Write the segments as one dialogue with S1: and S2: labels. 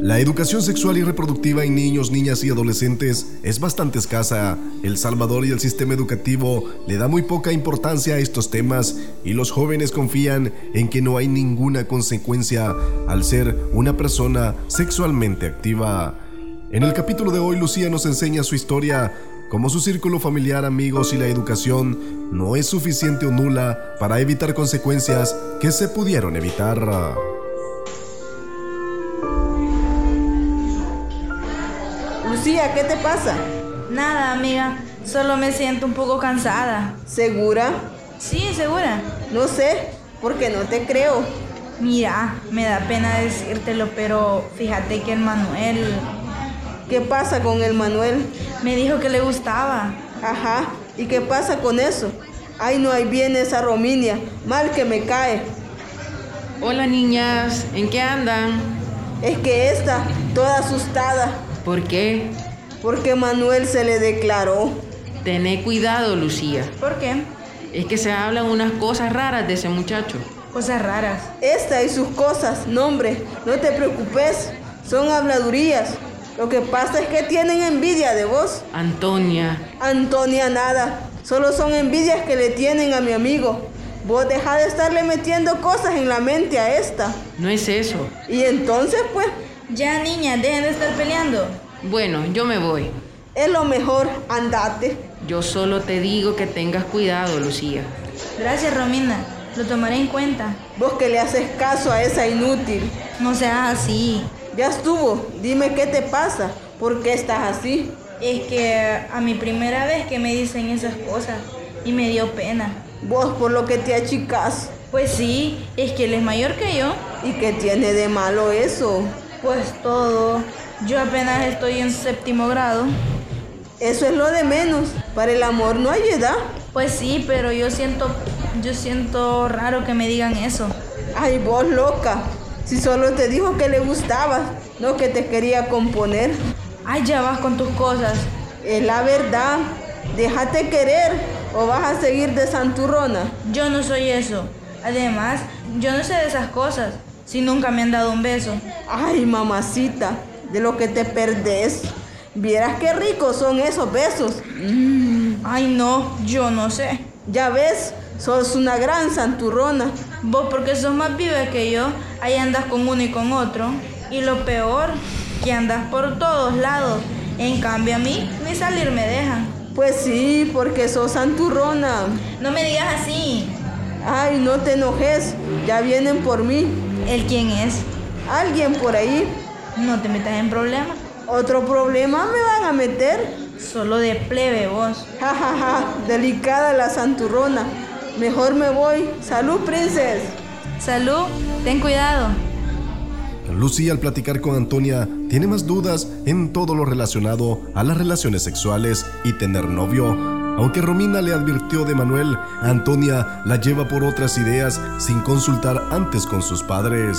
S1: La educación sexual y reproductiva en niños, niñas y adolescentes es bastante escasa. El Salvador y el sistema educativo le da muy poca importancia a estos temas y los jóvenes confían en que no hay ninguna consecuencia al ser una persona sexualmente activa. En el capítulo de hoy Lucía nos enseña su historia, como su círculo familiar, amigos y la educación no es suficiente o nula para evitar consecuencias que se pudieron evitar.
S2: Lucía, ¿qué te pasa?
S3: Nada, amiga. Solo me siento un poco cansada.
S2: ¿Segura?
S3: Sí, segura.
S2: No sé, porque no te creo.
S3: Mira, me da pena decírtelo, pero fíjate que el Manuel
S2: ¿Qué pasa con el Manuel?
S3: me dijo que le gustaba.
S2: Ajá, ¿y qué pasa con eso? Ay, no, ahí viene esa Rominia. Mal que me cae.
S4: Hola niñas, ¿en qué andan?
S2: Es que esta, toda asustada,
S4: ¿Por qué?
S2: porque Manuel se le declaró.
S4: Tené cuidado, Lucía.
S3: ¿Por qué?
S4: Es que se hablan unas cosas raras de ese muchacho.
S3: Cosas raras.
S2: Esta y sus cosas, nombre, no te preocupes, son habladurías. Lo que pasa es que tienen envidia de vos.
S4: Antonia,
S2: Antonia nada, solo son envidias que le tienen a mi amigo. Vos dejá de estarle metiendo cosas en la mente a esta.
S4: no es eso.
S2: Y entonces pues,
S3: Ya, niña, dejen de estar peleando.
S4: Bueno, yo me voy.
S2: es lo mejor, andate.
S4: Yo solo te digo que tengas cuidado, Lucía.
S3: Gracias, Romina. Lo tomaré en cuenta.
S2: Vos que le haces caso a esa inútil.
S3: No seas así.
S2: Ya estuvo, dime qué te pasa, por qué estás así.
S3: Es que a mi primera vez que me dicen esas cosas y me dio pena.
S2: Vos por lo que te achicás.
S3: Pues sí, es que él es mayor que yo.
S2: ¿Y qué tiene de malo eso?
S3: Pues todo. Yo apenas estoy en séptimo grado.
S2: Eso es lo de menos. Para el amor no hay edad.
S3: Pues sí, pero yo siento, yo siento raro que me digan eso.
S2: Ay, vos loca. Si solo te dijo que le gustabas, no que te quería componer.
S3: Ay, ya vas con tus cosas.
S2: Es la verdad. Déjate querer o vas a seguir de santurrona.
S3: Yo no soy eso. Además, yo no sé de esas cosas. Si nunca me han dado un beso.
S2: Ay, mamacita, de lo que te perdés. Vieras qué ricos son esos besos.
S3: Ay, no, yo no sé.
S2: Ya ves, sos una gran santurrona.
S3: Vos porque sos más viva que yo, ahí andas con uno y con otro. Y lo peor, que andas por todos lados. En cambio a mí, ni salir me dejan.
S2: Pues sí, porque sos santurrona.
S3: No me digas así.
S2: Ay, no te enojes, ya vienen por mí.
S3: ¿El quién es?
S2: Alguien por ahí.
S3: No te metas en problemas.
S2: ¿Otro problema me van a meter?
S3: Solo de plebe vos.
S2: Ja, ja, ja, delicada la santurrona. Mejor me voy. Salud, princes.
S3: Salud, ten cuidado.
S1: Lucía al platicar con Antonia tiene más dudas en todo lo relacionado a las relaciones sexuales y tener novio. Aunque Romina le advirtió de Manuel, Antonia la lleva por otras ideas sin consultar antes con sus padres.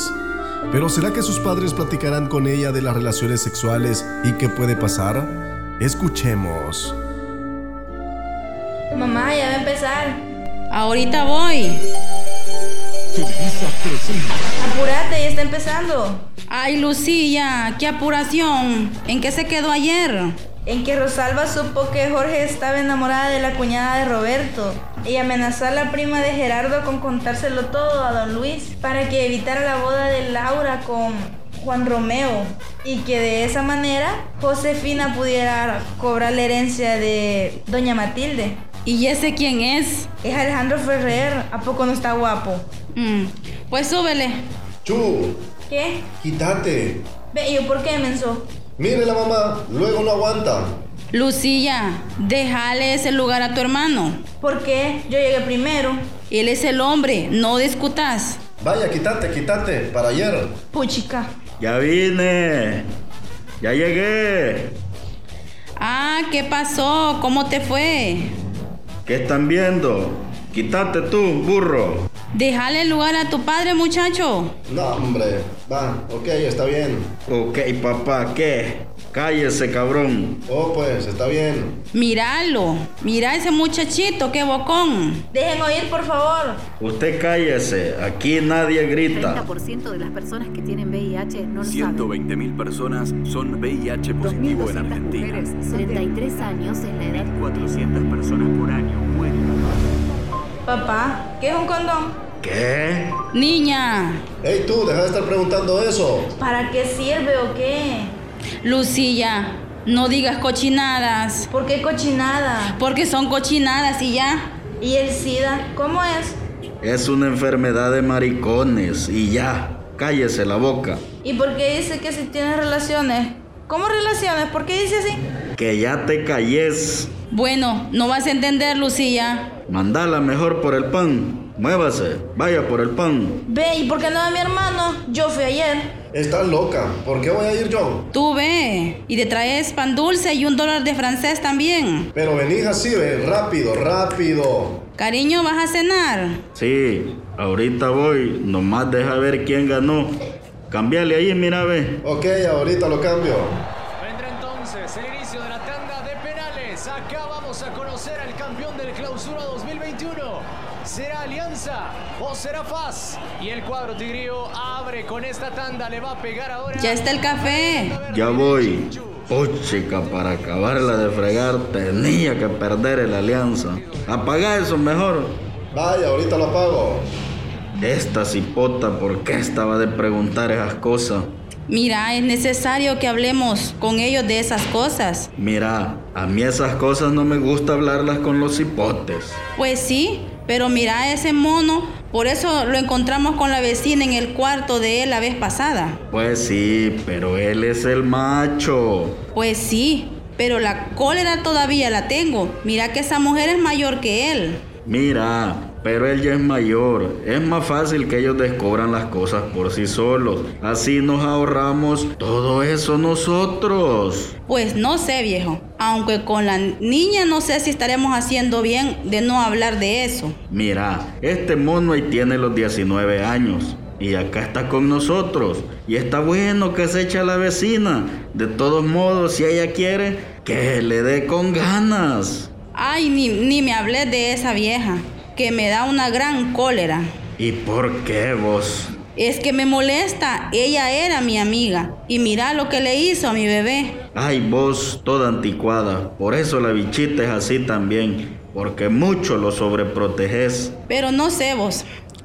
S1: Pero ¿será que sus padres platicarán con ella de las relaciones sexuales y qué puede pasar? Escuchemos.
S3: Mamá, ya va a empezar.
S5: Ahorita voy.
S3: Apúrate, ya está empezando.
S5: Ay, Lucía, qué apuración. ¿En qué se quedó ayer?
S3: En que Rosalba supo que Jorge estaba enamorada de la cuñada de Roberto y amenazó a la prima de Gerardo con contárselo todo a don Luis para que evitara la boda de Laura con Juan Romeo y que de esa manera Josefina pudiera cobrar la herencia de doña Matilde.
S5: ¿Y ese quién es?
S3: Es Alejandro Ferrer, ¿a poco no está guapo?
S5: Mm, Pues súbele.
S1: Chu,
S3: ¿Qué?
S1: quítate.
S3: Ve, ¿yo por qué, menso?
S1: Mire la mamá, luego no aguanta.
S5: Lucía, déjale ese lugar a tu hermano.
S3: ¿Por qué? Yo llegué primero.
S5: Él es el hombre, no discutas.
S1: Vaya, quítate, quítate, para ayer.
S3: Puchica.
S6: Ya vine. Ya llegué.
S5: Ah, ¿qué pasó? ¿Cómo te fue?
S6: ¿Qué están viendo? Quítate tú, burro.
S5: Déjale el lugar a tu padre, muchacho.
S1: No, hombre. Va, ok, está bien.
S6: Ok, papá, ¿qué? Cállese, cabrón.
S1: Oh, pues, está bien.
S5: Míralo, mira ese muchachito, qué bocón.
S3: Dejen oír, por favor.
S6: Usted cállese. Aquí nadie grita.
S7: 30% de las personas que tienen VIH no lo saben.
S8: 120.000 personas son VIH positivo en
S7: 2.200
S8: Argentina.
S7: mujeres, 33 años es la edad
S8: 400 personas por año mueren.
S3: Papá, ¿qué es un condón?
S6: ¿Qué?
S5: Niña,
S1: Hey, tú, deja de estar preguntando eso.
S3: ¿Para qué sirve o qué?
S5: Lucía, no digas cochinadas,
S3: ¿Por qué cochinada?
S5: porque son cochinadas y ya.
S3: ¿Y el SIDA? ¿Cómo es?
S6: Es una enfermedad de maricones y ya. Cállese la boca.
S3: ¿Y por qué dice que si tienes relaciones? ¿Cómo relaciones? ¿Por qué dice así?
S6: Que ya te calles.
S5: Bueno, no vas a entender, Lucía.
S6: Mandala mejor por el pan. Muévase. Vaya por el pan.
S3: Ve, ¿y por qué no a mi hermano? Yo fui ayer.
S1: Estás loca. ¿Por qué voy a ir yo?
S5: Tú ve y te traes pan dulce y un dólar de francés también.
S1: Pero venís así, ve, rápido, rápido.
S5: Cariño, ¿vas a cenar?
S6: Sí, ahorita voy. Nomás deja ver quién ganó. Cambiale ahí, mira, ve.
S1: Ok, ahorita lo cambio.
S9: Vendrá entonces el inicio de la tanda de penales. Acá vamos a conocer al campeón del clausura 2021. ¿Será Alianza o será Faz? Y el cuadro tigrío abre con esta tanda. Le va a pegar ahora.
S5: Ya está el café.
S6: Ya voy. Oh, chica, para acabarla de fregar tenía que perder el alianza. Apaga eso mejor.
S1: Vaya, ahorita lo apago.
S6: Esta cipota, ¿por qué estaba de preguntar esas cosas?
S5: Mira, es necesario que hablemos con ellos de esas cosas.
S6: Mira, a mí esas cosas no me gusta hablarlas con los cipotes.
S5: Pues sí, pero mira ese mono, por eso lo encontramos con la vecina en el cuarto de él la vez pasada.
S6: Pues sí, pero él es el macho.
S5: Pues sí, pero la cólera todavía la tengo. Mira que esa mujer es mayor que él.
S6: Mira, pero él ya es mayor. Es más fácil que ellos descubran las cosas por sí solos. Así nos ahorramos todo eso nosotros.
S5: Pues no sé, viejo. Aunque con la niña no sé si estaremos haciendo bien de no hablar de eso.
S6: Mira, este mono ahí tiene los 19 años. Y acá está con nosotros. Y está bueno que se eche a la vecina. De todos modos, si ella quiere, que le dé con ganas.
S5: Ay, ni, ni me hablé de esa vieja, que me da una gran cólera.
S6: ¿Y por qué vos?
S5: Es que me molesta, ella era mi amiga. Y mira lo que le hizo a mi bebé.
S6: Ay, vos, toda anticuada. Por eso la bichita es así también. Porque mucho lo sobreproteges.
S5: Pero no sé vos.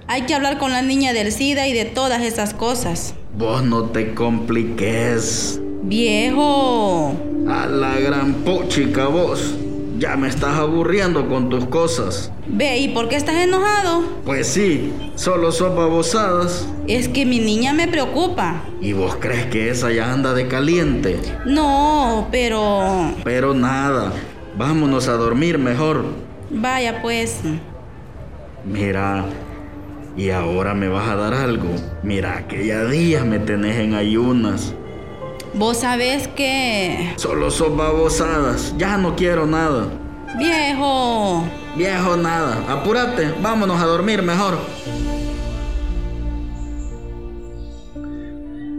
S5: Hay que hablar con la niña del SIDA y de todas esas cosas.
S6: Vos no te compliques.
S5: Viejo.
S6: A la gran puchica vos. Ya me estás aburriendo con tus cosas.
S5: Ve, ¿y por qué estás enojado?
S6: Pues sí, solo son babosadas.
S5: Es que mi niña me preocupa.
S6: ¿Y vos crees que esa ya anda de caliente?
S5: No, pero...
S6: Pero nada, vámonos a dormir mejor.
S5: Vaya pues.
S6: Mira, y ahora me vas a dar algo. Mira, que ya días me tenés en ayunas.
S5: Vos sabés que...
S6: Solo son babosadas, ya no quiero nada.
S5: Viejo.
S6: Viejo, nada. Apúrate, vámonos a dormir mejor.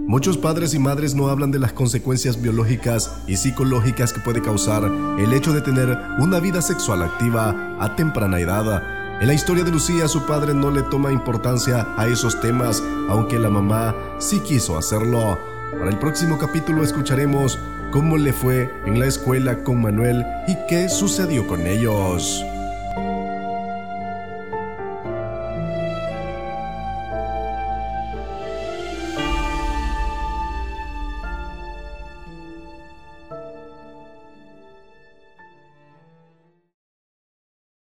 S1: Muchos padres y madres no hablan de las consecuencias biológicas y psicológicas que puede causar el hecho de tener una vida sexual activa a temprana edad. En la historia de Lucía, su padre no le toma importancia a esos temas, aunque la mamá sí quiso hacerlo. Para el próximo capítulo escucharemos cómo le fue en la escuela con Manuel y qué sucedió con ellos.